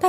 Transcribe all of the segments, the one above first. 大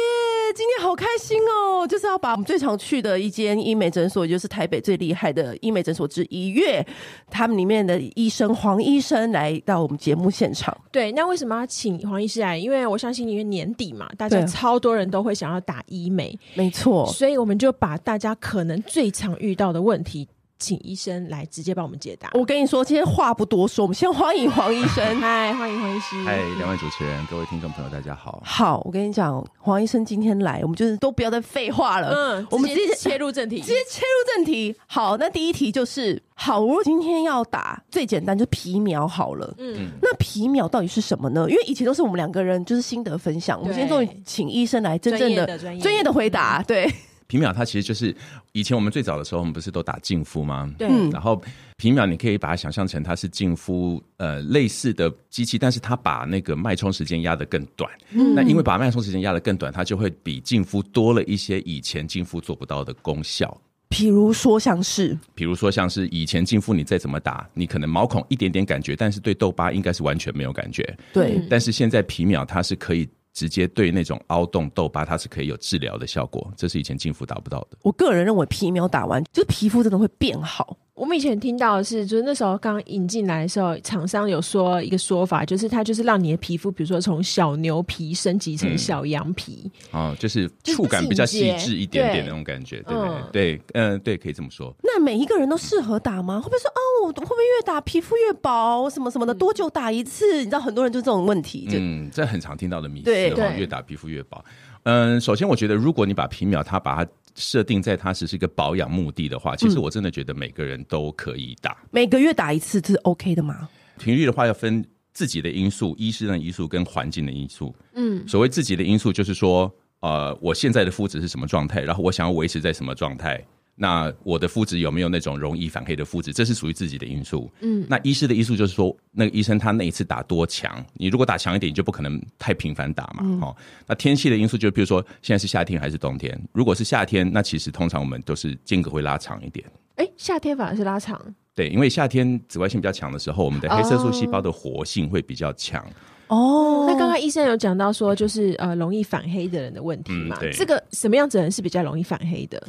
今天好开心哦！就是要把我们最常去的一间医美诊所，也就是台北最厉害的医美诊所之一月，他们里面的医生黄医生来到我们节目现场。对，那为什么要请黄医师来？因为我相信因为年底嘛，大家对哦超多人都会想要打医美，没错，所以我们就把大家可能最常遇到的问题，请医生来直接帮我们解答。我跟你说，今天话不多说，我们先欢迎黄医 生。嗨，欢迎黄医师。嗨，两位主持人，各位听众朋友，大家好。好，我跟你讲，黄医生今天来，我们就是都不要再废话了。嗯，我们直直接接切入正题直。接切入正题。好，那第一题就是，好，如果今天要打最简单，就皮秒好了。嗯，那皮秒到底是什么呢？因为以前都是我们两个人就是心得分享，我们今天终于请医生来真正的专业的嗯专业的回答。对，皮秒它其实就是以前我们最早的时候，我们不是都打净肤吗？对，嗯然后皮秒你可以把它想象成它是净肤呃类似的机器，但是它把那个脉冲时间压得更短。那因为把脉冲时间压得更短，它就会比净肤多了一些以前净肤做不到的功效。比如说像是比如说，像是以前净肤你再怎么打，你可能毛孔一点点感觉，但是对痘疤应该是完全没有感觉。对，嗯但是现在皮秒它是可以直接对那种凹洞、痘疤，它是可以有治疗的效果，这是以前净肤达不到的。我个人认为皮秒打完，就是皮肤真的会变好。我们以前听到的是，就是那时候刚引进来的时候，厂商有说一个说法，就是它就是让你的皮肤，比如说从小牛皮升级嗯成小羊皮。哦，就是就是触感比较细致一点紧点接那种感觉，对不嗯对？对，嗯，对，可以这么说。那每一个人都适合打吗？会不会说哦，我会不会越打皮肤越薄，什么什么嗯的，多久打一次？你知道很多人就这种问题，就、嗯，这很常听到的迷思对哦对，越打皮肤越薄。嗯，首先我觉得，如果你把皮秒它把它设定在它只是一个保养目的的话，其实我真的觉得每个人都可以打。每个月打一次是 OK 的吗？频率的话要分自己的因素、医生的因素跟环境的因素。嗯，所谓自己的因素，就是说，呃，我现在的肤质是什么状态，然后我想要维持在什么状态。那我的肤质有没有那种容易反黑的肤质？这是属于自己的因素。嗯，那医师的因素就是说，那个医生他那一次打多强，你如果打强一点，你就不可能太频繁打嘛。哦，那天气的因素就比如说现在是夏天还是冬天。如果是夏天，那其实通常我们都是间隔会拉长一点。哎，夏天反而是拉长。对，因为夏天紫外线比较强的时候，我们的黑色素细胞的活性会比较强。哦，那刚刚医生有讲到说，就是呃容易反黑的人的问题嘛嗯，对这个什么样子的人是比较容易反黑的？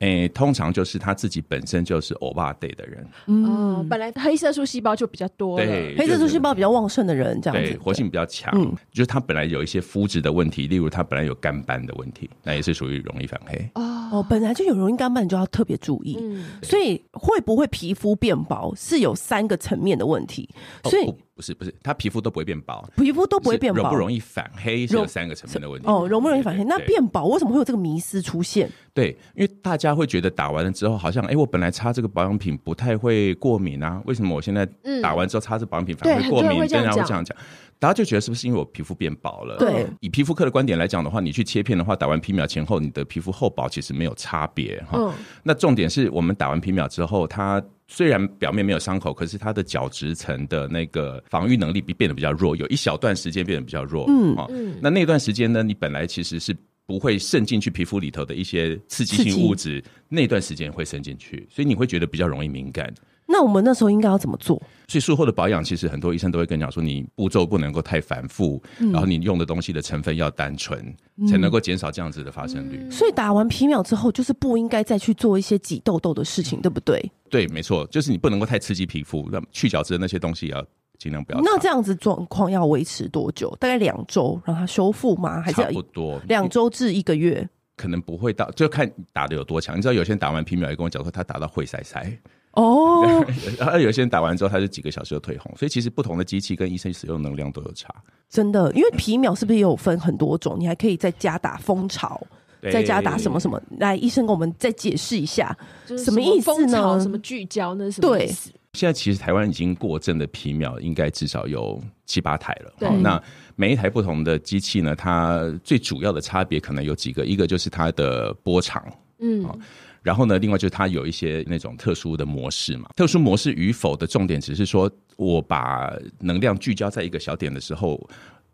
诶、通常就是他自己本身就是欧巴 day 的人，嗯、本来黑色素细胞就比较多了，对，黑色素就是细胞比较旺盛的人，这样子对活性比较强，嗯就是他本来有一些肤质的问题，例如他本来有干斑的问题，那也是属于容易反黑。哦，本来就有容易干斑，你就要特别注意。所以会不会皮肤变薄是有三个层面的问题，所以不不是不是，他皮肤哦都不会变薄，皮肤都不会变是薄，容不容易反黑是容有三个层面的问题。哦，容不容易反黑？对那对变薄为什么会有这个迷思出现？对，因为大家会觉得打完了之后，好像哎、诶我本来擦这个保养品不太会过敏啊，为什么我现在打完之后擦这保养品反嗯而对会过很多人敏？会这样然后讲这样讲，大家就觉得是不是因为我皮肤变薄了？对，以皮肤科的观点来讲的话，你去切片的话，打完皮秒前后，你的皮肤厚薄其实没有差别哈。嗯那重点是我们打完皮秒之后，它虽然表面没有伤口，可是它的角质层的那个防御能力比变得比较弱，有一小段时间变得比较弱。嗯，哦，那那段时间呢，你本来其实是。不会渗进去皮肤里头的一些刺激刺性激物质，那段时间会渗进去，所以你会觉得比较容易敏感。那我们那时候应该要怎么做？所以术后的保养，其实很多医生都会跟你讲说，你步骤不能够太繁复，嗯然后你用的东西的成分要单纯，才能够减少这样子的发生率。所以打完皮秒之后，就是不应该再去做一些挤痘痘的事嗯情，对不对？对，没错，就是你不能够太刺激皮肤，那去角质的那些东西也要尽量不要擦。那这样子状况要维持多久？大概两周让它修复吗？还是差要不多两周至一个月？可能不会到，就看你打的有多强。你知道有些人打完皮秒也跟我讲说，他打到会塞塞， 哦，然后有些人打完之后他就几个小时就退红。所以其实不同的机器跟医生使用能量都有差。真的，因为皮秒是不是也有分很多种？你还可以再加打蜂巢，对再加打什么什么？来，医生给我们再解释一下。就是什么意思呢蜂巢什么聚焦，那是什么意思？现在其实台湾已经过正的皮秒应该至少有七八台了。对好那每一台不同的机器呢，它最主要的差别可能有几个，一个就是它的波长，哦嗯，然后呢，另外就是它有一些那种特殊的模式嘛。特殊模式与否的重点只是说，我把能量聚焦在一个小点的时候，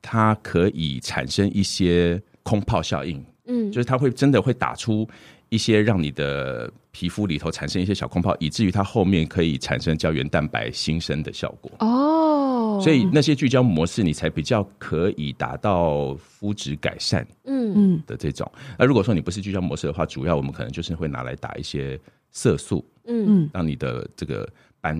它可以产生一些空泡效应。嗯，就是它会真的会打出一些让你的皮肤里头产生一些小空泡，以至于它后面可以产生胶原蛋白新生的效果。哦，所以那些聚焦模式，你才比较可以达到肤质改善嗯嗯，的这种。那如果说你不是聚焦模式的话，主要我们可能就是会拿来打一些色素，嗯让你的这个斑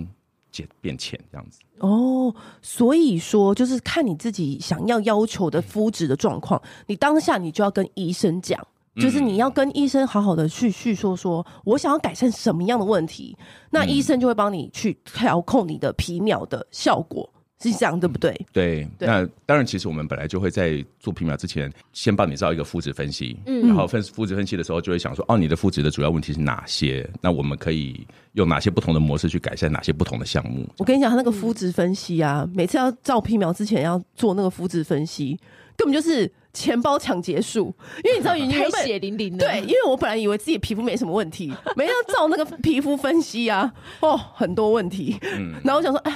减变浅这样子。哦，所以说就是看你自己想要要求的肤质的状况，你当下你就要跟医生讲，就是你要跟医生好好的去叙说说，我想要改善什么样的问题，那医生就会帮你去调控你的皮秒的效果，是这样对不对？对，对那当然，其实我们本来就会在做皮秒之前，先帮你照一个肤质分析，嗯然后分肤质分析的时候，就会想说，哦，你的肤质的主要问题是哪些？那我们可以用哪些不同的模式去改善哪些不同的项目？我跟你讲，他那个肤质分析啊，每次要照皮秒之前要做那个肤质分析，根本就是钱包抢劫术，因为你知道，你开原本血淋淋的，嗯对，因为我本来以为自己皮肤没什么问题，没要照那个皮肤分析啊，哦，很多问题。嗯然后我想说，哎，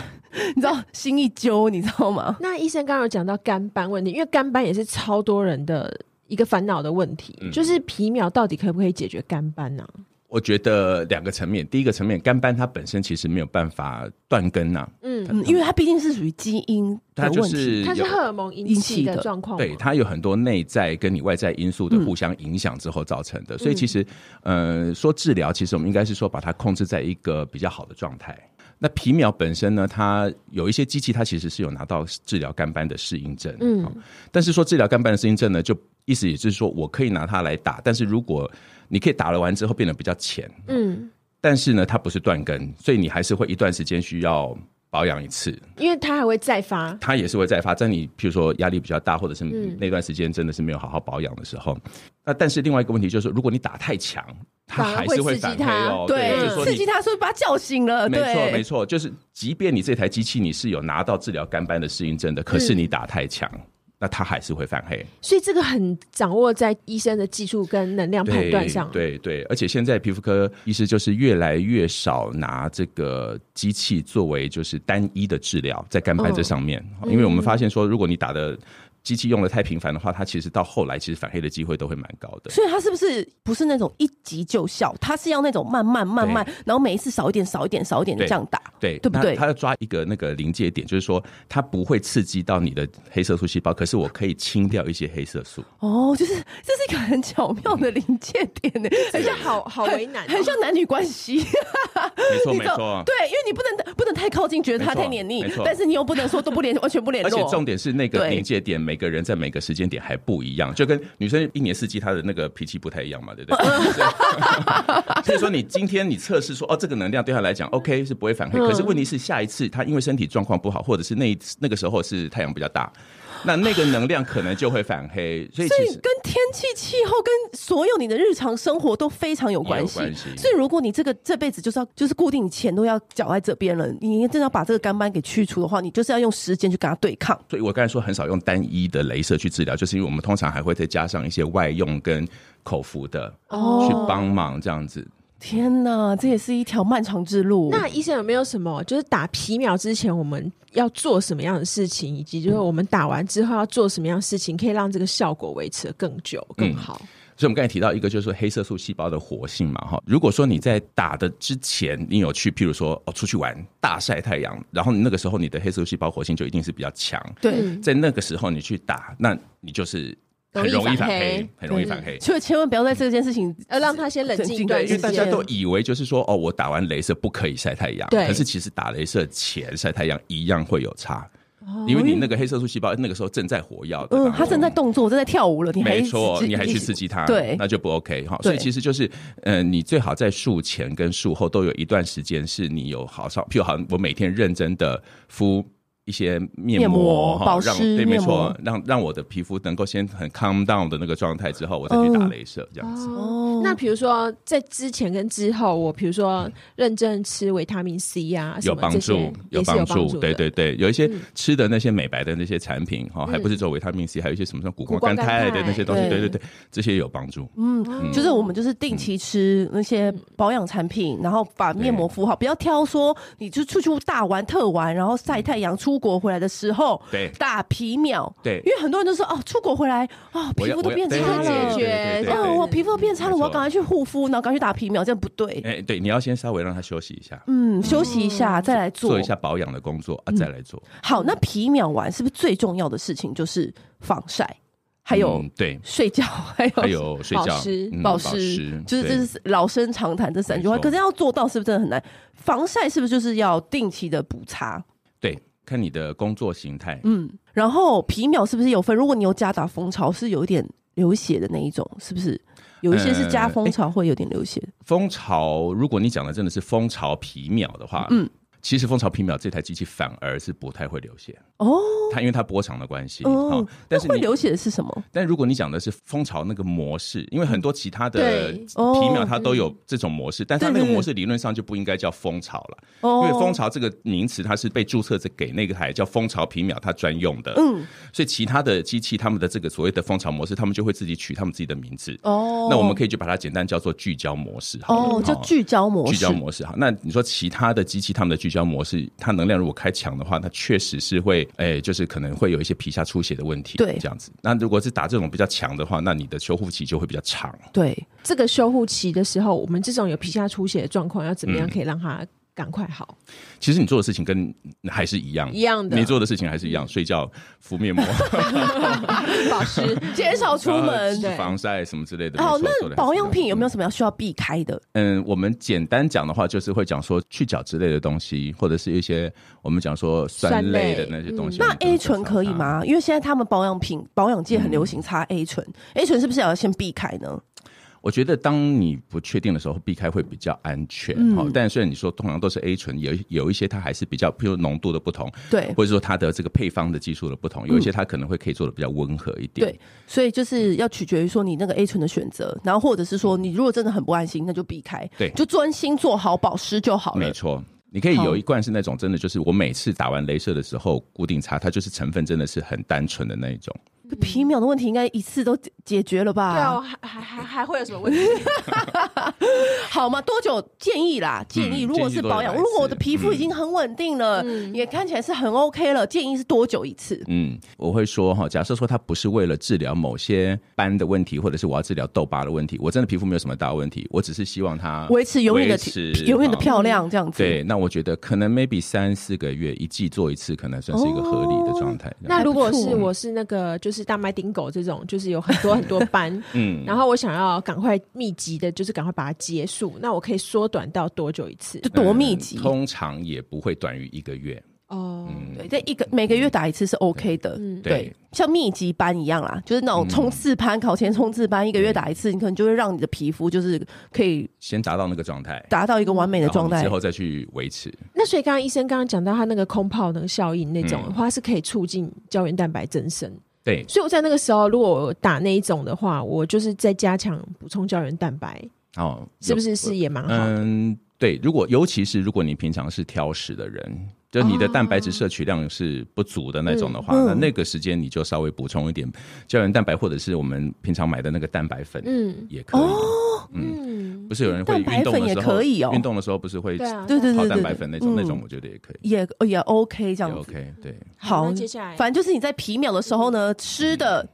你知道心一揪，你知道吗？那医生刚刚有讲到干斑问题，因为干斑也是超多人的一个烦恼的问题，嗯就是皮秒到底可不可以解决干斑啊呢、我觉得两个层面，第一个层面，干斑它本身其实没有办法断根呐、嗯，嗯，因为它毕竟是属于基因它的就问是题。它是有荷尔蒙引引起起的的状况吗，对，它有很多内在跟你外在因素的互相影响之后造成的，所以其实，呃，说治疗，其实我们应该是说把它控制在一个比较好的状态。那皮秒本身呢，它有一些机器，它其实是有拿到治疗干斑的适应症，嗯、但是说治疗干斑的适应症呢，就意思也就是说我可以拿它来打，但是如果你可以打了完之后变得比较浅，嗯，但是呢，它不是断根，所以你还是会一段时间需要保养一次。因为它还会再发，它也是会再发。在你譬如说压力比较大，或者是那段时间真的是没有好好保养的时候，那但是另外一个问题就是，如果你打太强，它反而还会是会刺激反黑它哦。对就是，说刺你激他，所以把他叫醒了。没错，没对，错，就是即便你这台机器你是有拿到治疗干斑的适应症的，可是你打太强。那它还是会泛黑，所以这个很掌握在医生的技术跟能量判对断上。，对对，而且现在皮肤科医师就是越来越少拿这个机器作为就是单一的治疗，在嗯干斑这上面，哦因为我们发现说，如果你打的机器用的太频繁的话，它其实到后来其实反黑的机会都会蛮高的。所以他是不是不是那种一急就效？他是要那种慢慢慢慢，然后每一次少一点、少一点、少一点对这样打。对，对不那对它要抓一个那个临界点，就是说它不会刺激到你的黑色素细胞，可是我可以清掉一些黑色素。哦，就是 这是一个很巧妙的临界点 呢，而很且像好好为难哦、很像男女关系。没 错，你没知道错。对，因为你不能不能太靠近，觉得他没错太黏腻没错，但是你又不能说都不联， 完全不联而且络。重点是那个对临界点，每个人在每个时间点还不一样，就跟女生一年四季她的那个脾气不太一样嘛，对 不对？所以所以说你今天你测试说哦，这个能量对她来讲 OK 是不会嗯反馈，可是问题是下一次她因为身体状况不好，或者是那一次那个时候是太阳比较大，那那个能量可能就会反黑，所以所其以实跟天气、气候跟所有你的日常生活都非常有关系也有关。系所以如果你这个这辈子就是要就是固定你钱都要缴在这边了，你真的要把这个干斑给去除的话，你就是要用时间去跟它对抗。所以我刚才说很少用单一的镭射去治疗，就是因为我们通常还会再加上一些外用跟口服的去哦帮忙这样子。天哪，这也是一条漫长之路。那医生有没有什么，就是打皮秒之前我们要做什么样的事情，以及就是我们打完之后要做什么样的事情，可以让这个效果维持的更久、更嗯好？所以我们刚才提到一个就是说黑色素细胞的活性嘛，哈，如果说你在打的之前，你有去譬如说哦出去玩大晒太阳，然后你那个时候你的黑色素细胞活性就一定是比较强，嗯对，在那个时候你去打，那你就是很容容易易反反黑黑，很容易反黑。所以千万不要在这件事情要让他先冷静一段对因为时大对家间。都以为就是说，哦，我打完镭射不可以晒太阳，对可是其实打镭射前晒太阳一样会有差，因为你那个黑色素细胞那个时候正在活跃的当嗯，中，他正在动作，正在跳舞了，你还没一直错，去你还去刺激它，对那就不 OK 哈。所以对其实就是，呃，你最好在术前跟术后都有一段时间是你有好上，譬如好，我每天认真的敷。一些面面膜哈保让湿对，没面错膜，让让我的皮肤能够先很 calm down 的那个状态之后，我再去打嗯镭射，这样子。哦，那比如说在之前跟之后，我比如说认真吃维他命 C 啊，什嗯有么帮这些助，也是帮有帮对的。对对，有一些嗯吃的那些美白的那些产品哈，还不是只有维他命 C，还有一些什么像谷胱胱甘甘肽肽的那些东西，对对对对，这些也有帮助。嗯，就是我们就是定期吃那些嗯保养产品，然后把面膜敷好，不要挑说你就出去大玩特玩，然后晒太阳，出国回来的时候对打皮秒，对因为很多人都说哦，出国回来哦，我皮要肤都我要变对差对对了对对对。对对哦，我皮肤都变差了，没错我要赶快去护肤，然后赶快去打皮秒，这样不对。哎，对，你要先稍微让他休息一下，嗯，休息一下再来做做嗯一。下保养的工作啊，再来做。好，那皮秒完是不是最重要的事情就是防晒，还有嗯对，睡觉，还有还有睡觉保湿、嗯保保湿湿，，就是对这是老生常谈这三句话。没错可是要做到是不是真的很难？防晒是不是就是要定期的补擦？对，看你的工作形态。嗯，然后皮秒是不是有分？如果你有加打蜂巢，是有一点流血的那一种，是不是？有一些是加蜂呃巢会有点流血。蜂巢，如果你讲的真的是蜂巢皮秒的话，嗯嗯，其实蜂巢皮秒这台机器反而是不太会流血，哦它因为它波长的关系哦哦，但是那会你流血的是什么？但如果你讲的是蜂巢那个模式，因为很多其他的对皮秒它都有这种模式，但它对那嗯对个模式理论上就不应该叫蜂巢了，哦，因为蜂巢这个名词它是被注册着给那个台叫蜂巢皮秒它专用的，嗯，所以其他的机器他们的这个所谓的蜂巢模式，他们就会自己取他们自己的名字。哦，那我们可以就把它简单叫做聚焦模式好了，哦叫好聚焦模式，聚焦模式哈。那你说其他的机器它们的聚焦模式，它能量如果开强的话，它确实是会，诶、就是可能会有一些皮下出血的问题，对这样子。那如果是打这种比较强的话，那你的修复期就会比较长。对，这个修护期的时候，我们这种有皮下出血的状况，要怎么样嗯可以让它赶快好？其实你做的事情跟还是一样一样的你做的事情还是一样，睡觉、敷面膜、保 湿减少出门。然后呃防晒什么之类的。好，没错做那得还是一样保养品有没有什么要需要避开的？嗯，我们简单讲的话，就是会讲说去角质类的东西，或者是一些我们讲说酸类的那些东西。那我们 A 就不要醇可以擦它？吗？因为现在他们保养品保养界很流嗯行擦 A 醇、a 醇是不是也要先避开呢？我觉得当你不确定的时候，避开会比较安全。嗯好、但虽然你说通常都是 A 醇，有一有一些它还是比较，譬如浓度的不同，对嗯或者说它的这个配方的技术的不同，有一些它可能会可以做的比较温和一点。嗯对，所以就是要取决于说你那个 A 醇的选择，然后或者是说你如果真的很不安心，那就避开，对就专心做好保湿就好了没。错。你可以好有一罐是那种真的，就是我每次打完镭射的时候固定擦，它就是成分真的是很单纯的那一种。皮秒的问题应该一次都解解决了吧？对啊，还还还还会有什么问题？好嘛，多久建议啦？建议嗯如果是保养，建议多久来一次嗯如果我的皮肤已经很稳定了，嗯也看起来是很 OK 了，建议是多久一次？嗯，我会说哈，假设说它不是为了治疗某些斑的问题，或者是我要治疗痘疤的问题，我真的皮肤没有什么大问题，我只是希望它维持永远的嗯维持永远的好漂亮这样子。对，那我觉得可能 maybe 三四个月一季做一次，可能算是一个合理的状态。这 样那如果还不是错我是那个就是大麦丁狗这种，就是有很多很多 斑，嗯，然后我想要赶快密集的，就是赶快把它结束，那我可以缩短到多久一次就？多密集嗯。通常也不会短于一个月。哦，嗯对，在一个每个月打一次是 OK 的，嗯对对，像密集班一样啦，就是那种冲刺班、考前冲刺班，一个月打一次，你可能就会让你的皮肤就是可以先达到那个状态，达到一个完美的然后状你态之。后再去维持。那所以刚刚医生刚刚讲到他那个空泡那个效应那种的嗯话，是可以促进胶原蛋白增生。对，所以我在那个时候，如果我打那一种的话，我就是再加强补充胶原蛋白，哦，是不是是也蛮好的？嗯，对，如果尤其是如果你平常是挑食的人，就你的蛋白质摄取量是不足的那种的话，嗯嗯那那个时间你就稍微补充一点胶原蛋白，或者是我们平常买的那个蛋白粉，嗯也可以。嗯，不是有人会哦蛋白运动粉的也时候，可以哦运动的时候不是会对啊，对对泡对蛋对白对，粉那种，那种嗯我觉得也可以，也也 OK 这也样子。 OK。对，好那接下来反正就是你在皮秒的时候嗯呢，吃的、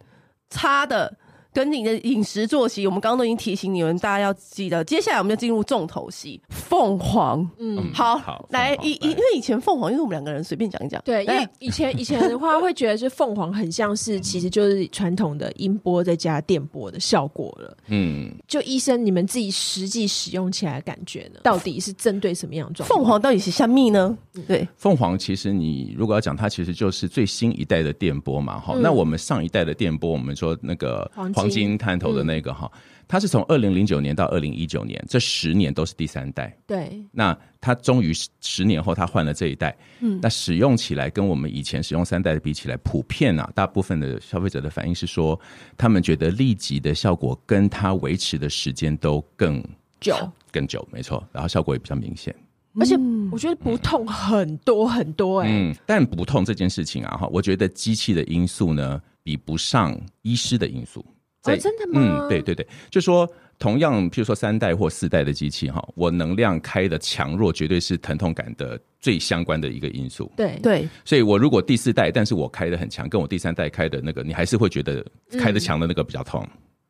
擦的。跟你的饮食作息，我们刚刚都已经提醒你们，大家要记得。接下来我们就进入重头戏——凤凰。嗯，好，好，来，凤凰以以因为以前凤凰，因为我们两个人随便讲一讲，对，因来为以前以前的话，会觉得是凤凰很像是，其实就是传统的音波再加电波的效果了。嗯，就医生，你们自己实际使用起来的感觉呢，到底是针对什么样的状况？凤凰到底是像蜜呢？嗯对，凤凰其实你如果要讲它，其实就是最新一代的电波嘛，哈、那我们上一代的电波，我们说那个嗯黄金嗯黄金探头的那个哈、它是从二零零九年到二零一九年这十年都是第三代。对，那它终于十十年后，它换了这一代，嗯，那使用起来跟我们以前使用三代的比起来，普遍啊，大部分的消费者的反应是说，他们觉得立即的效果跟它维持的时间都更久，更久，没错，然后效果也比较明显。嗯而且我觉得不痛很多很多哎、嗯，但不痛这件事情啊，哈，我觉得机器的因素呢，比不上医师的因素。在哦，真的吗？嗯，对，对对，就说同样，譬如说三代或四代的机器哈，我能量开的强弱绝对是疼痛感的最相关的一个因素。对对，所以我如果第四代，但是我开的很强，跟我第三代开的那个，你还是会觉得开的强的那个比较痛。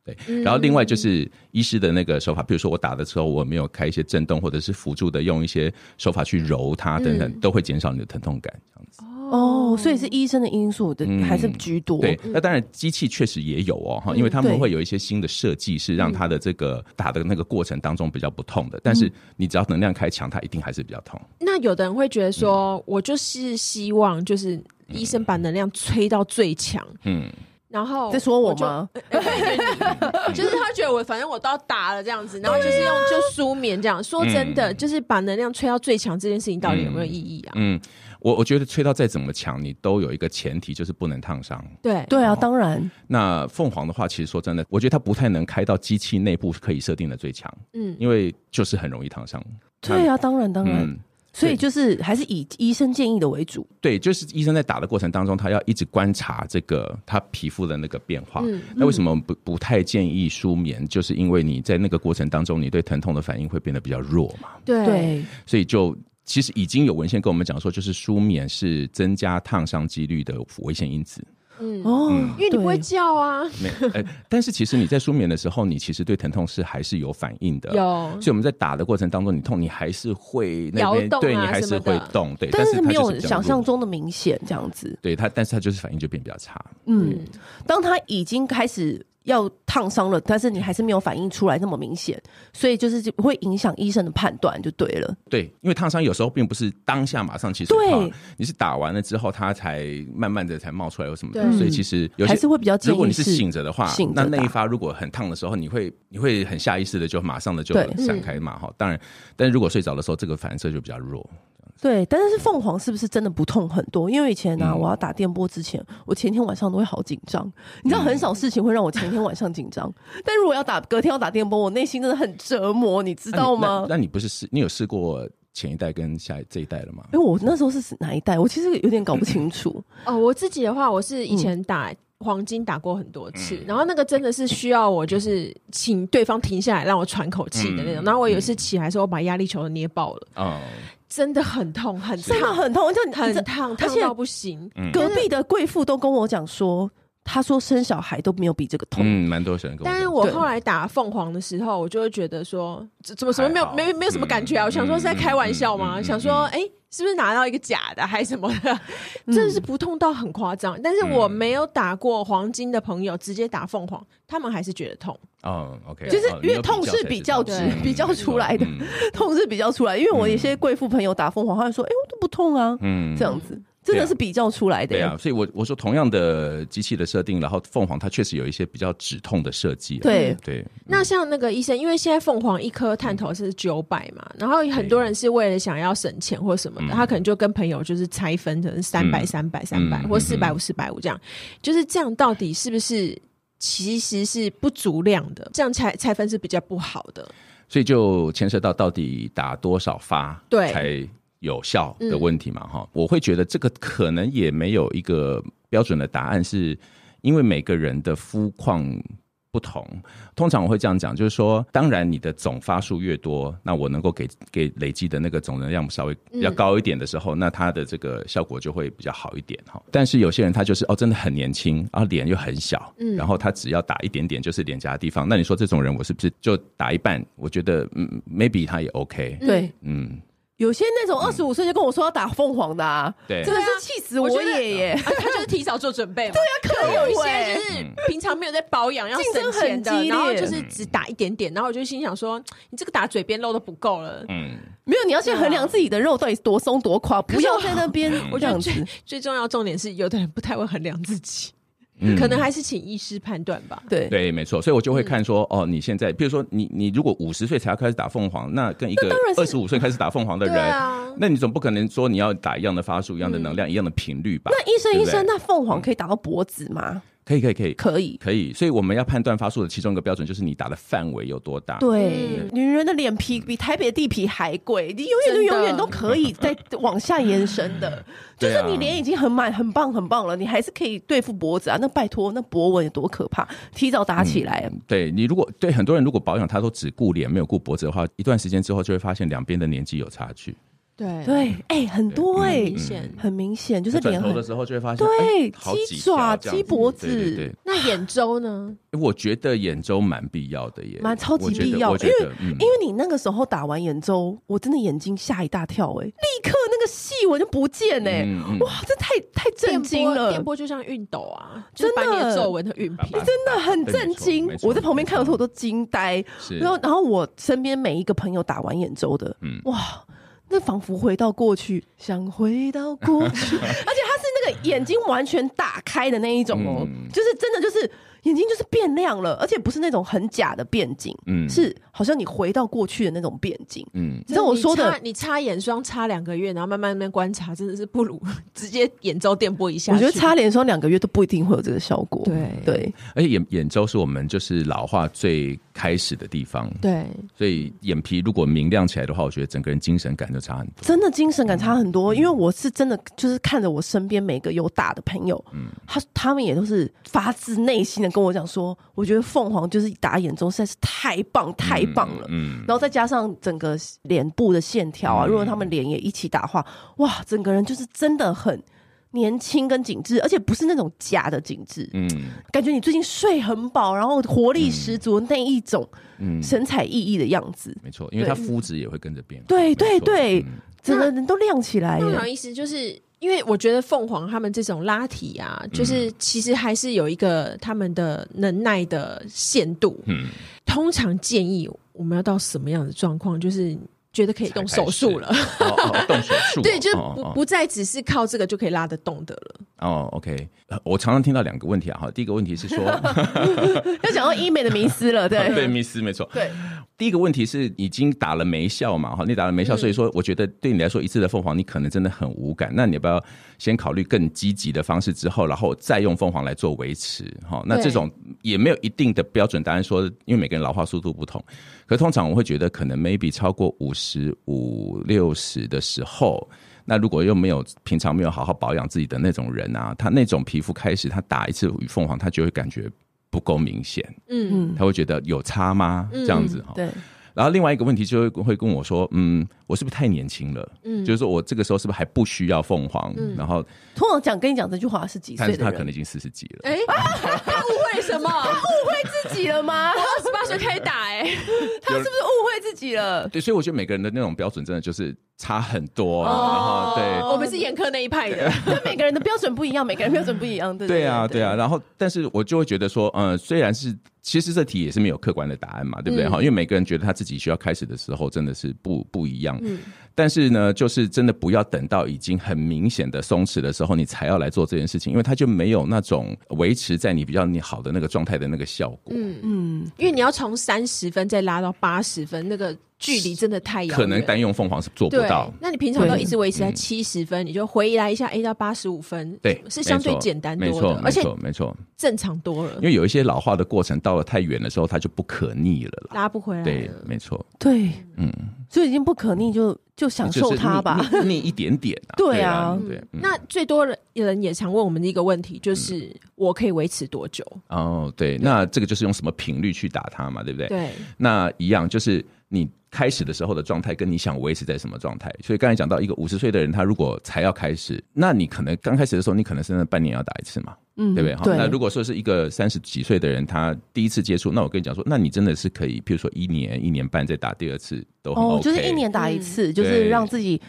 对，然后另外就是医师的那个手法，比如说我打的时候，我没有开一些震动或者是辅助的，用一些手法去揉它等等，都会减少你的疼痛感这样子。哦，所以是医生的因素的还是居多。嗯嗯对，那当然机器确实也有哦，哈，因为他们会有一些新的设计，是嗯让它的这个打的那个过程当中比较不痛的，但是你只要能量开强，它一定还是比较痛。那有的人会觉得说，我就是希望就是医生把能量吹到最强，嗯，然后在说我就哎吗？就是他觉得我反正我都要打了这样子，然后就是用就舒眠这样。说真的，就是把能量吹到最强这件事情到底有没有意义啊？嗯，我我觉得吹到再怎么强，你都有一个前提，就是不能烫伤。对，对啊，当然，那凤凰的话，其实说真的，我觉得它不太能开到机器内部可以设定的最强，嗯，因为就是很容易烫伤。对啊，当然，当然。嗯，所以就是还是以医生建议的为主。对，就是医生在打的过程当中，他要一直观察这个他皮肤的那个变化。嗯那为什么我们不不太建议舒眠？就是因为你在那个过程当中，你对疼痛的反应会变得比较弱嘛，对，对，所以就。其实已经有文献跟我们讲说，就是舒眠是增加烫伤几率的危险因子。嗯，哦，嗯因为你不会对叫啊，没，呃，但是其实你在舒眠的时候，你其实对疼痛是还是有反应的。有所以我们在打的过程当中，你痛，你还是会那摇边动啊对你还是会动，对，但是是它没就是有比较想象弱，中的明显这样子。对它，但是它就是反应就变比较差。嗯，当他已经开始要烫伤了，但是你还是没有反应出来那么明显，所以就是会影响医生的判断就对了。对，因为烫伤有时候并不是当下马上起水对泡，你是打完了之后它才慢慢的才冒出来或什么的，对所以其实有些还是会比较建议如果你是是醒着的话醒，那着打那一发如果很烫的时候，你会你会很下意识的就马上的就对闪开嘛哈。当然，但是如果睡着的时候，这个反射就比较弱。对，但是凤凰是不是真的不痛很多？因为以前呢、啊嗯我要打电波之前，我前天晚上都会好紧张。你知道，很嗯少事情会让我前天晚上紧张，但如果要打隔天要打电波，我内心真的很折磨，你知啊那你道吗那？那你不是试你有试过前一代跟下一这一代了吗？因为我那时候是哪一代，我其实有点搞不清楚。嗯哦，我自己的话，我是以前打黄金打过很多次，然后那个真的是需要我就是请对方停下来让我喘口气的那种。然后我有一次起来的时候，我把压力球捏爆了，哦，真的很痛，很真的烫，很痛，像你很这烫，而烫且到不行。嗯隔壁的贵妇都跟我讲说，她说生小孩都没有比这个痛。嗯，蛮多人跟我讲。但是我后来打凤凰的时候，我就会觉得说，怎怎么怎么没还有好嗯没没有什么感觉啊？我想说是在开玩笑吗？嗯嗯嗯嗯想说，哎、是不是拿到一个假的还是什么的？真的是不痛到很夸张。但是嗯我没有打过黄金的朋友，直接打凤凰，他们还是觉得痛。哦，OK，就是哦因为痛是比较值嗯比较出来的，痛是比较出来，因为我有些贵妇朋友打凤凰，她就说：“哎、我都不痛啊。嗯这样。子真的是比较出来的对耶、啊，所以我我说同样的机器的设定，然后凤凰它确实有一些比较止痛的设计啊。对对，那像那个医生，因为现在凤凰一颗探头是九百嘛，然后很多人是为了想要省钱或什么的，他可能就跟朋友就是拆分成三百、三百、三百嗯嗯或嗯四百五、四百五这样，就是这样到底是不是其实是不足量的？这样拆拆分是比较不好的。所以就牵涉到到底打多少发对才有效的问题嘛哈、我会觉得这个可能也没有一个标准的答案，是因为每个人的肤况。不同，通常我会这样讲，就是说，当然你的总发数越多，那我能够给给累积的那个总能量稍微比较高一点的时候，那它的这个效果就会比较好一点哈。但是有些人他就是哦，真的很年轻，然后脸又很小，然后他只要打一点点就是脸颊的地方，那你说这种人我是不是就打一半？我觉得嗯，maybe 他也 OK，对，嗯，有些那种二十五岁就跟我说要打凤凰的、啊，对真的是气死我觉我得也耶！啊、他就是提早做准备嘛。对啊可有一些欸就是平常没有在保养，要省竞争钱很的，激烈然后就是只打一点点，然后我就心想说，你这个打嘴边肉都不够了。嗯，没有，你要先衡量自己的肉到底多松多垮，不是要我在那边嗯我这觉得样子最。最重要的重点是，有的人不太会衡量自己，嗯 可能还是请医师判断吧。对，嗯对，没错，所以我就会看说，哦，你现在，比如说你你如果五十岁才要开始打凤凰，那跟一个然是二十五岁开始打凤凰的人，对啊那你总不可能说你要打一样的发数、一样的能量、一样的频率吧？嗯那医生对医不对嗯生，那凤凰可以打到脖子吗？可以可以可以可以。可以，所以我们要判断发数的其中一个标准就是你打的范围有多大。对，女人的脸皮嗯比台北地皮还贵，你永远都真的永远都可以再往下延伸的。就 对啊是你脸已经很满、很棒、很棒了，你还是可以对付脖子啊。那拜托，那博文有多可怕？提早打起来，对你如果对很多人如果保养他都只顾脸没有顾脖子的话，一段时间之后就会发现两边的年纪有差距。对，对，哎，很多哎，明显。嗯很明显就是转脸头的很时候就会发现，对哎好几鸡爪条这样鸡子脖对对子对那眼周呢？哎我觉得眼周蛮必要的耶，蛮超级我觉得必要我觉得因为嗯因为你那个时候打完眼周，我真的眼睛吓一大跳，哎，立刻那个细纹就不见哎、嗯嗯哇，这太太 震惊电波了，电波就像熨斗啊，就是把真你的的皱纹和熨爸平爸。真的很对震没错惊没。错我在旁边看的时候我都惊呆，是，然后然后我身边每一个朋友打完眼周的，嗯哇。那仿佛回到过去，想回到过 去，而且他是那个眼睛完全打开的那一种哦，嗯就是真的就是眼睛就是变亮了，而且不是那种很假的变景，嗯是好像你回到过去的那种变景。嗯， 你知道我说你的擦，你擦眼霜擦两个月，然后慢慢慢慢观察，真的是不如 直接眼周电波一下我去。觉得擦脸霜两个月都不一定会有这个效果。对对，而且哎眼眼周是我们就是老化最开始的地方，对所以眼皮如果明亮起来的话，我觉得整个人精神感就差很多。真的精神感差很多，因为我是真的就是看着我身边每个有打的朋友，嗯他他们也都是发自内心的跟我讲说，我觉得凤凰就是打眼中实在是太棒太棒了。嗯，然后再加上整个脸部的线条啊，嗯如果他们脸也一起打画，哇，整个人就是真的很年轻跟紧致，而且不是那种假的紧致，嗯感觉你最近睡很饱，然后活力十足的那一种嗯，神采奕奕的样子，没错，因为它肤质也会跟着变化。对没错对对嗯整个人都亮起来哎那好耶。意思，就是因为我觉得凤凰他们这种拉提嗯啊，就是其实还是有一个他们的能耐的限度。嗯，通常建议我们要到什么样的状况，就是觉得可以动手术了。哦，哦动手 术哦， 对，就是哦不哦不再只是靠这个就可以拉得动的了。哦，OK，呃我常常听到两个问题啊，哈，第一个问题是说，又讲到医美的迷思 了，对对，迷思没错，对，第一个问题是已经打了没效嘛，哈，你打了嗯没效，所以说我觉得对你来说一次的凤凰，你可能真的很无感。那你要不要先考虑更积极的方式，之后然后再用凤凰来做维持？哈，那对这种也没有一定的标准答案说，因为每个人老化速度不同。可通常我会觉得，可能 maybe 超过五十五六十的时候。那如果又没有平常没有好好保养自己的那种人啊，他那种皮肤开始他打一次凤凰，他就会感觉不够明显，嗯，嗯，他会觉得有差吗？这样子哈、对，然后另外一个问题就会会跟我说，嗯，我是不是太年轻了？嗯，就是说我这个时候是不是还不需要凤凰？然后，通常讲跟你讲这句话是几但岁是的他可能已人？经四十几了。哎、他误会什 么？误会自己了吗？二十八岁可以打哎、 他是不是误会自己了？对，所以我觉得每个人的那种标准真的就是差很多。啊然后我们是眼科那一派的。就每个人的标准不一样，每个人标准不一样，对对，对啊，对啊。，然后，但是我就会觉得说，嗯，虽然是其实这题也是没有客观的答案嘛，对不嗯对？哈、因为每个人觉得他自己需要开始的时候真的是不不一样。嗯但是呢，就是真的不要等到已经很明显的松弛的时候，你才要来做这件事情，因为它就没有那种维持在你比较你好的那个状态的那个效果。嗯，因为你要从三十分再拉到八十分，那个距离真的太遥远。可能单用凤凰是做不对到，。嗯那你平常都对一直维持在七十分，你就回来一下，哎，到八十五分，对，是相对没错简单没多错的，，而且没错，没错。正常多了因，为有一些老化的过程到了太远的时候，它就不可逆了啦。拉不回来对了，。没错，对，嗯，所以已经不可逆，就就享啊受它吧。就是逆，逆逆一点点啊。 对啊啊，嗯对。嗯那最多人人也常问我们的一个问题，就是我可以维持多久？哦，对，那这个就是用什么频率去打它嘛，对不对？对，那一样就是你开始的时候的状态，跟你想维持在什么状态。所以刚才讲到一个五十岁的人，他如果才要开始，那你可能刚开始的时候，你可能真的半年要打一次嘛，嗯，对不对？好，对，那如果说是一个三十几岁的人，他第一次接触，那我跟你讲说，那你真的是可以，譬如说一年、一年半再打第二次都很 OK，、嗯哦，就是一年打一次，就是对让自己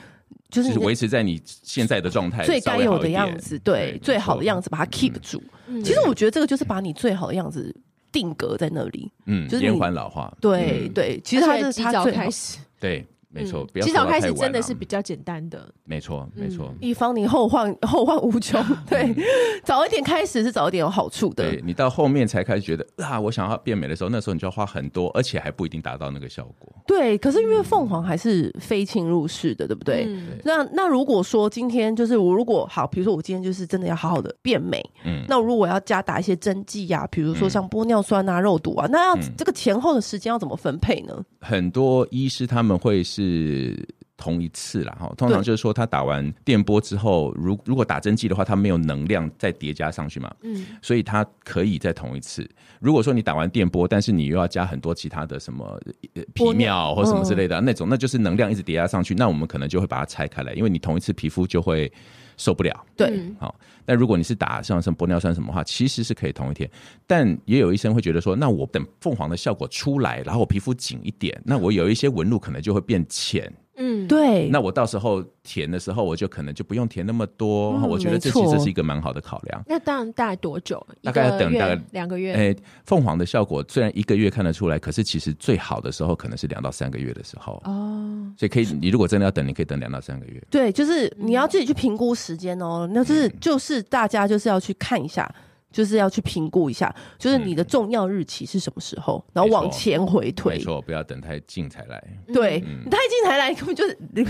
就是就你是的维持在你现在的状态最该有的样子，对，最好的样子，子把它 keep 住。嗯其实我觉得这个就是把你最好的样子定格在那里。嗯，就是你延缓老化，对嗯对，其实它而且是及它早最好 开。始，对，没错，嗯不要及拖早到开太始晚真的啊是比嗯较简单的，没错，没错。以防你后患后患无 穷，对，早一点开始是早一点有好处的对。你到后面才开始觉得啊，我想要变美的时候，那时候你就要花很多，而且还不一定达到那个效果。对，可是因为凤凰还是非侵入式的，对不对？嗯那那如果说今天就是我如果好，比如说我今天就是真的要好好的变美，嗯那如果要加打一些针剂呀、比嗯如说像玻尿酸啊、肉毒啊，那要、这个前后的时间要怎么分配呢？很多医师他们会是同一次啦，哈。通常就是说，他打完电波之后，如如果打针剂的话，它没有能量再叠加上去嘛，嗯，所以它可以再同一次。如果说你打完电波，但是你又要加很多其他的什么呃皮玻秒尿嗯或什么之类的、那种，那就是能量一直叠加上去，那我们可能就会把它拆开来，因为你同一次皮肤就会受不了。嗯对，好，那如果你是打像什么玻尿酸什么的话，其实是可以同一天，但也有医生会觉得说，那我等凤凰的效果出来，然后我皮肤紧一点，那我有一些纹路可能就会变浅，嗯，对，那我到时候填的时候，我就可能就不用填那么多。嗯我觉得这没其实错是一个蛮好的考量。那当然大概多久？大一概要个等月大概两个月。哎，凤凰的效果虽然一个月看得出来，可是其实最好的时候可能是两到三个月的时候，哦，所以可以，你如果真的要等，你可以等两到三个月。对，就是你嗯要自己去评估时间哦。那就是就是大家就是要去看一下，就是要去评估一下，就是你的重要日期是什么时候，然后往前回嗯没推。错，嗯不要等太近才来。嗯对， 你太近才来，你根本 就是你，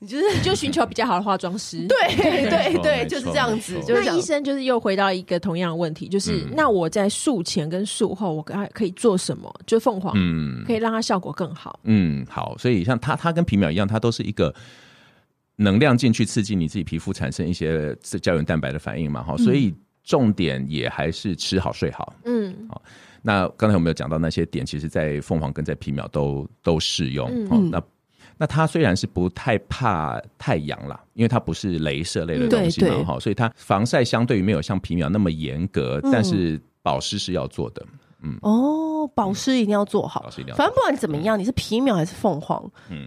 你就是就寻求比较好的化妆师。对没对错对，没就是错这样没子错。就是这那样医生就是又回到一个同样的问题，就是、嗯那我在术前跟术后，我还可以做什么？就凤凰、嗯，可以让它效果更好。嗯，好，所以像它，它跟皮秒一样，它都是一个能量进去刺激你自己皮肤产生一些自胶原蛋白的反应嘛，嗯哈，所以重点也还是吃好睡好。嗯，那刚才我们有讲到那些点，其实在凤凰跟在皮秒都都适用。嗯哦，那那它虽然是不太怕太阳啦，因为它不是镭射类的东西嗯对嘛，对哈、所以它防晒相对于没有像皮秒那么严格，嗯但是保湿是要做的。哦，保湿一定要做好保湿一定。嗯要做好反嗯正不管怎么样，你是皮秒还是凤凰，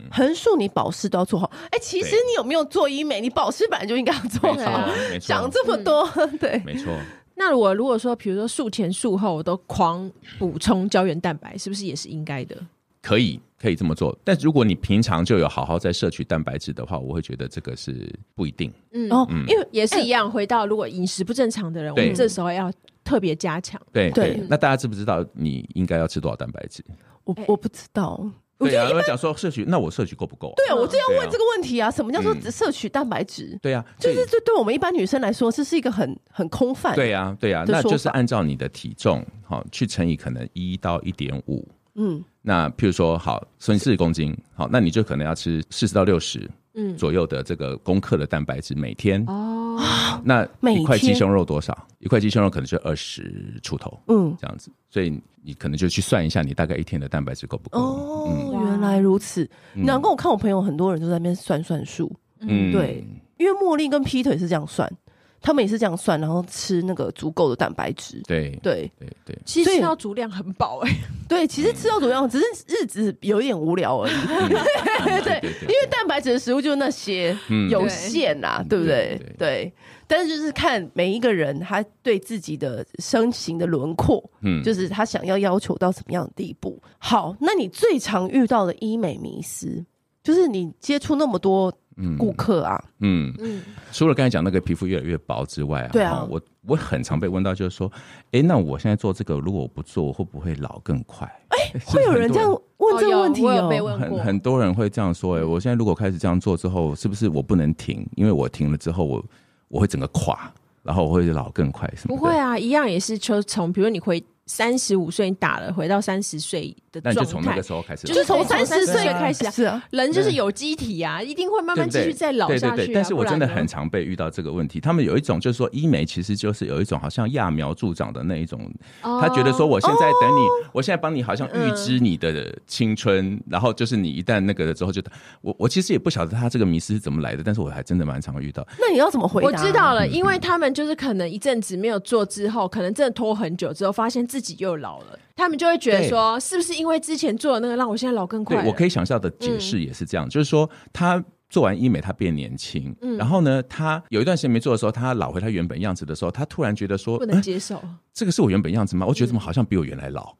横竖你保湿都要做好。哎，其实对你有没有做医美，你保湿本来就应该要做没好错。没啊讲错，这么多， 对，没错。那我如果说，比如说术前术后我都狂补充胶原蛋白，是不是也是应该的？可以可以这么做，但如果你平常就有好好在摄取蛋白质的话，我会觉得这个是不一定。嗯，哦，因为也是一样。回到如果饮食不正常的人，我对们这时候要特别加强。对对那大家知不知道你应该要吃多少蛋白质？我哎我不知道，我对觉啊，得如果讲说摄取，那我摄取够不够、啊？对我就要对啊问这个问题啊，什么叫做嗯只摄取蛋白质？对啊，就所以是这对我们一般女生来说，这是一个很很空泛。对啊，对啊，的那说就是法按照你的体重好、去乘以可能一到一点五。嗯，那譬如说，好，所以四十公斤，好，那你就可能要吃四十到六十，嗯左右的这个公克的蛋白质每天。 哦，那一块每天鸡胸肉多少？一块鸡胸肉可能就二十出头。嗯，这样子，所以你可能就去算一下，你大概一天的蛋白质够不够？哦，嗯哇原来如此。难怪我看我朋友很多人都在那边算算数，嗯对，因为茉莉跟劈腿是这样算，他们也是这样算，然后吃那个足够的蛋白质。对对对对，其所实以要足量很饱哎、对，其实吃到怎么样，只是日子有一点无聊而已。 对对对对因为蛋白质的食物就那些，嗯有限啊，对不对对对？对，但是就是看每一个人他对自己的身形的轮廓，嗯就是他想要要求到什么样的地步。好，那你最常遇到的医美迷思，就是你接触那么多顾客啊，嗯嗯除了刚才讲那个皮肤越来越薄之外啊，对啊哈我我很常被问到，就是说，哎，那我现在做这个，如果我不做，我会不会老更快？哎，会有人这样问这个问题哦有我有哦被？问很过，很多人会这样说，哎，我现在如果开始这样做之后，是不是我不能停？因为我停了之后，我我会整个垮，然后我会老更快什么不的。会啊，一样也是就从，比如你回三十五岁，你打了，回到三十岁的那状你态，就从那个时候开始就就老，是是从从三十30岁岁开始啊是啊，人就是有机体啊，一定会慢嗯对慢不继对续再老对下对去、啊。对，但是我不然真的呢很常被遇到这个问题。他们有一种就是说，医美其实就是有一种好像揠苗助长的那一种，哦他觉得说我现在等你，我现在帮你好像预知你的青春，然后就是你一旦那个了之后就，我我其实也不晓得他这个迷思是怎么来的，但是我还真的蛮常遇到。那你要怎么回答？我知道嗯了，因为他们就是可能一阵子没有做之后，可能真的拖很久之后，发现自己又老了，他们就会觉得说，是不是因为之前做的那个让我现在老更快对了？我可以想象的解释也是这样，嗯就是说他。做完医美，他变年轻。然后呢，他有一段时间没做的时候，他老回他原本样子的时候，他突然觉得说不：“能嗯，接受。这个是我原本样子吗？我觉得怎么好像比我原来老。”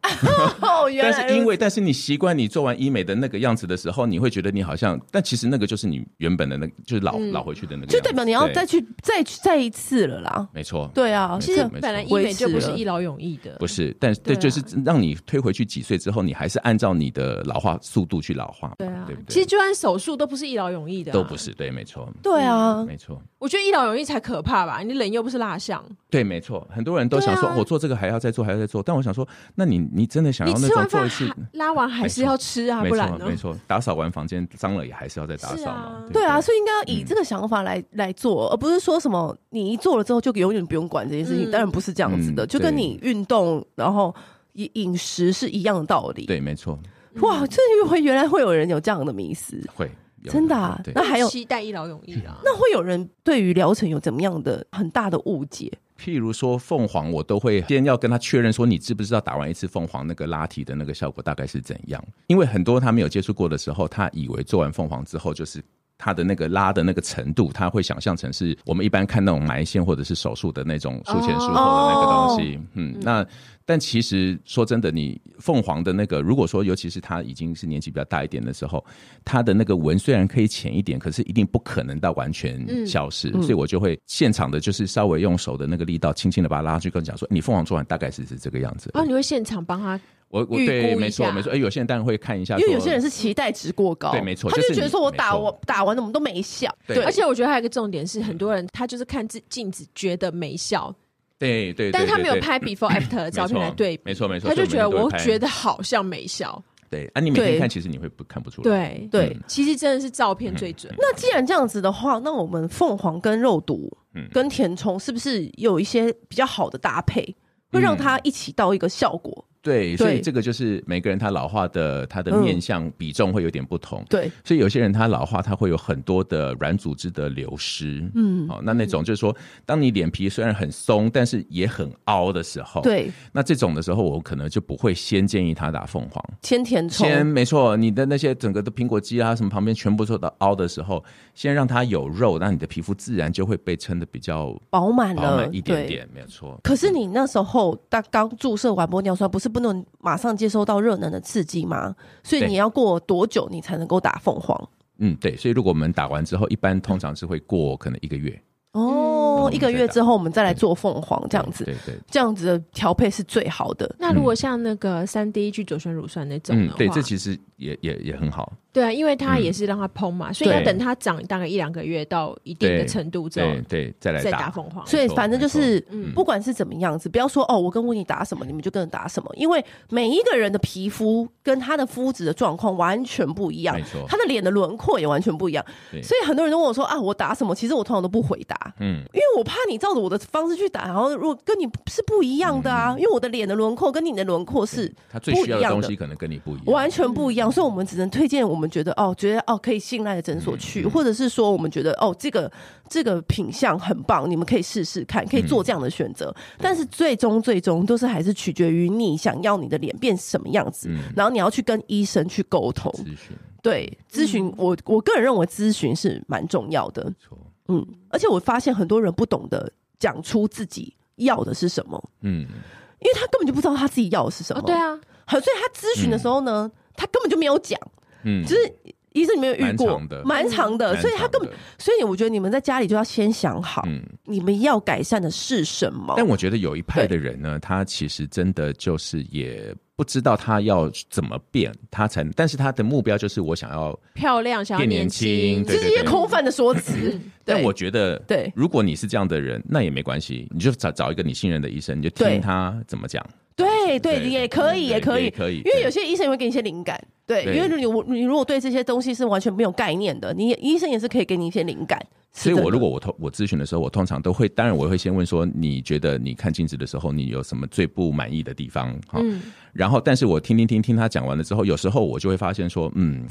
哦，原但来是因为，但是你习惯你做完医美的那个样子的时候，你会觉得你好像，但其实那个就是你原本的那个，就是老、老回去的那个样子，就代表你要对再去再去再一次了啦。没错，对啊，没其实错没错本来医美就不是一劳永逸的，不是，但是对，对就啊是让你推回去几岁之后，你还是按照你的老化速度去老化嘛，对啊，对不对？其实就算手术都不是一劳永逸的、啊都不。是，对，没错，对啊，嗯没错。我觉得一劳永逸才可怕吧，你人又不是蜡像，对，没错，很多人都想说，对啊我做这个还要再做，还要再做。但我想说，那你你真的想你要那吃种完做饭一次，还拉完还是要吃啊，没不然错呢没？错，打扫完房间脏了也还是要再打扫嘛是啊。不对啊，所以应该要以这个想法来、来做，而不是说什么你一做了之后就永远不用管这件事情。嗯当然不是这样子的，嗯就跟你运动然后饮饮食是一样的道理。对，没错，哇，这会原来会有人有这样的迷思，会有真的啊对那还有期待一劳永逸嗯啊。那会有人对于疗程有怎么样的很大的误解？譬如说凤凰，我都会先要跟他确认说，你知不知道打完一次凤凰那个拉提的那个效果大概是怎样？因为很多他没有接触过的时候，他以为做完凤凰之后就是。他的那个拉的那个程度，他会想象成是我们一般看那种埋线或者是手术的那种术前术后的那个东西。嗯，那但其实说真的，你凤凰的那个，如果说尤其是他已经是年纪比较大一点的时候，他的那个纹虽然可以浅一点，可是一定不可能到完嗯全消失，所以我就会现场的，就是稍微用手的那个力道，轻轻的把它拉去，跟讲说，你凤凰做完大概是是这个样子。哦，你会现场帮他，我我预估对，一没错下没错。哎，有些人当然会看一下因说，为有些人是期待值过高，对没错他就是就你觉得说我打没错我打完怎么都没效，对而且我觉得还有一个重点是，很多人他就是看自镜子觉得没效，对对，对但是他没有对对拍 before after 的 没照片错来对比，没错没错，他就所觉以得每天都我会拍觉得好像没效。对啊，你每天对看其实你会不看不出来，对对嗯其实真的是照片最准。那既然这样子的话，那我们凤凰跟肉毒，嗯跟填充是不是有一些比较好的搭配，会让它一起到一个效果？对，所以对这个就是每个人他老化的他的嗯面相比重会有点不同。对，所以有些人他老化，他会有很多的软组织的流失。嗯，好、那那种就是说，当你脸皮虽然很松，但是也很凹的时候，，对，那这种的时候，我可能就不会先建议他打凤凰。先填充，先没错，你的那些整个的苹果肌啊什么旁边全部做到凹的时候，先让它有肉，那你的皮肤自然就会被撑的比较饱满饱了满一点。对点，没有错。可是你那时候大刚注射完玻尿酸，不是不能马上接收到热能的刺激吗？所以对你要过多久你才能够打凤凰？嗯，对，所以如果我们打完之后，一般通常是会过可能一个月哦，嗯一个月之后我们再来做凤凰，这样子，对对。对这样子的调配是最好的。那如果像那个三 D 聚左旋乳酸那种嗯的话，，对，这其实也也也很好，对啊，因为它也是让它膨嘛，所以要对等它长大概一两个月到一定的对程度之后对对，再来再打打凤凰。所以没错反正就是嗯，不管是怎么样子，不要说哦，我跟温妮打什么，你们就跟着打什么，因为每一个人的皮肤跟他的肤质的状况完全不一样没，错他，的脸的轮廓也完全不一样，对所以很多人都问我说啊，我打什么？其实我通常都不回答，嗯，因为我怕你照着我的方式去打，然后如果跟你是不一样的嗯啊，因为我的脸的轮廓跟你的轮廓是他最需要的东西可能跟你不一样。完全不一样，所以我们只能推荐我们觉得哦，觉得哦可以信赖的诊所去，或者是说我们觉得哦这个这个品相很棒，你们可以试试看，可以做这样的选择。但是最终最终都是还是取决于你想要你的脸变什么样嗯子，然后你要去跟医生去沟通。咨询，对，咨询、我我个人认为咨询是蛮重要的，错，嗯，而且我发现很多人不懂得讲出自己要的是什么，嗯，因为他根本就不知道他自己要的是什么。哦，对啊，好，所以他咨询的时候呢，他根本就没有讲，嗯就是医生你没有遇蛮过长的，嗯蛮长的，所以他根本，蛮长的，所以我觉得你们在家里就要先想好，嗯。你们要改善的是什么。但我觉得有一派的人呢，他其实真的就是也不知道他要怎么变，他才，但是他的目标就是我想要。漂亮，想要变年轻，轻这对嗯是一个空泛的说辞，但对我觉得，对如果你是这样的人，那也没关系，你就找找一个你信任的医生，你就对听他怎么讲。对对，对也可以，对也可以，也可以因为对有些医生也会给你一些灵感，对，对因为你我你如果对这些东西是完全没有概念的，你也医生也是可以给你一些灵感。所以是的我如果我通我咨询的时候，我通常都会，当然我会先问说，你觉得你看镜子的时候，你有什么最不满意的地方？哈、嗯然后但是我听听听听他讲完了之后，有时候我就会发现说，嗯，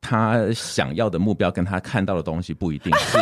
他想要的目标跟他看到的东西不一定 是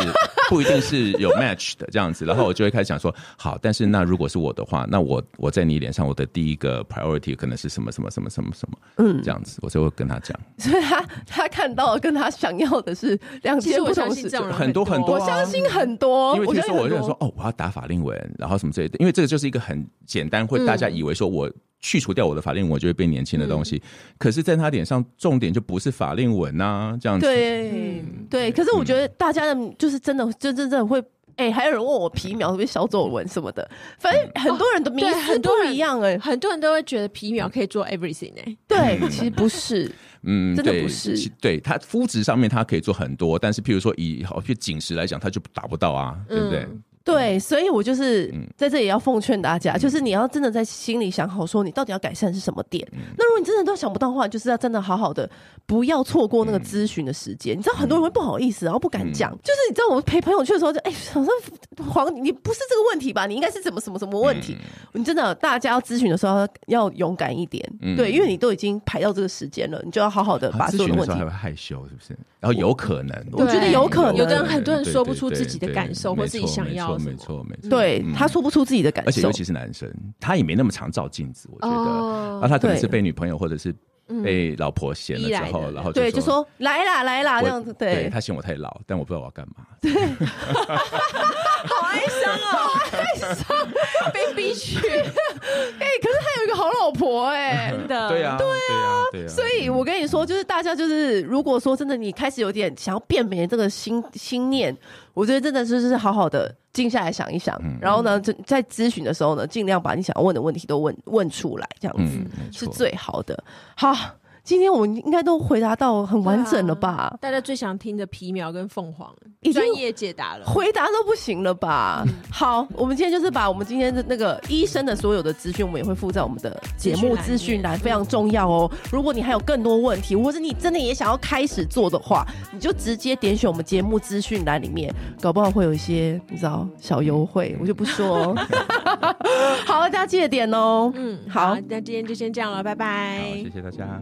不一定是有 match 的这样子，然后我就会开始想说，好，但是那如果是我的话，那我我在你脸上我的第一个 priority 可能是什么什么什么什么什么，嗯，这样子，我就会跟他讲，所以他他看到的跟他想要的是两其件实不同我相的信事这情种。人很多很多我啊相信很多，因为听相信说我很就多想说，哦，我要打法令纹，然后什么之类的，因为这个就是一个很简单，会大家以为说我去除掉我的法令纹，我就会变年轻的东西。可是，在他脸上，重点就不是法令纹呐、这样子。嗯对、嗯对，可是我觉得大家的就是真的，真真正会。哎、还有人问我皮秒会不会小皱纹什么的，反正很多人的迷嗯哦对思很不多人嗯一样哎、很多人都会觉得皮秒可以做 everything 哎、对，其实不是，嗯，真的对不是其对他肤质上面，他可以做很多，但是譬如说以好去紧实来讲，他就打不到啊，对不对？嗯对，所以我就是嗯在这里要奉劝大家，就是你要真的在心里想好，说你到底要改善是什么点。嗯那如果你真的都想不到的话，就是要真的好好的，不要错过那个咨询的时间。你知道很多人会不好意思，然后不嗯敢讲。就是你知道我陪朋友去的时候就，哎，好像黄，你不是这个问题吧？你应该是怎么什么什么问题？你真的大家要咨询的时候要要勇敢一点，嗯啊对，因为你都已经排到这个时间了，你就要好好的把咨所有询的的问时题候还会害羞，是不是？然后有可能，我觉得有可能有的人很多人对说不出对自己的对感受没或自己错想没要错什没么错没错。对、嗯他说不出自己的感受，而且尤其是男生，他也没那么常照镜子，我觉得。然后哦，他可能对嗯是被女朋友或者是被老婆嫌了依之赖后，的然后对，就说来啦来啦我这样子，对，他嫌我太老，但我不知道我要干嘛。好哀伤哦，哀伤，被逼去，哎，可是他有一个好老婆 哎、真的，对啊，对啊，对啊。所以，我跟你说，就是大家就是，如果说真的，你开始有点想要变美的这个心心念，我觉得真的就是好好的静下来想一想，嗯然后呢，就在咨询的时候呢，尽量把你想要问的问题都问问出来，这样子、嗯，没是错最好的。好，今天我们应该都回答到很完整了吧？大家最想听的皮苗跟凤凰已经专业解答了，回答都不行了吧？好，我们今天就是把我们今天的那个医生的所有的资讯，我们也会附在我们的节目资讯栏，非常重要哦。如果你还有更多问题，或者你真的也想要开始做的话，你就直接点选我们节目资讯栏里面，搞不好会有一些你知道小优惠，我就不说、哦。好，大家记得点哦。嗯，好好，那今天就先这样了，拜好，拜谢。谢大家。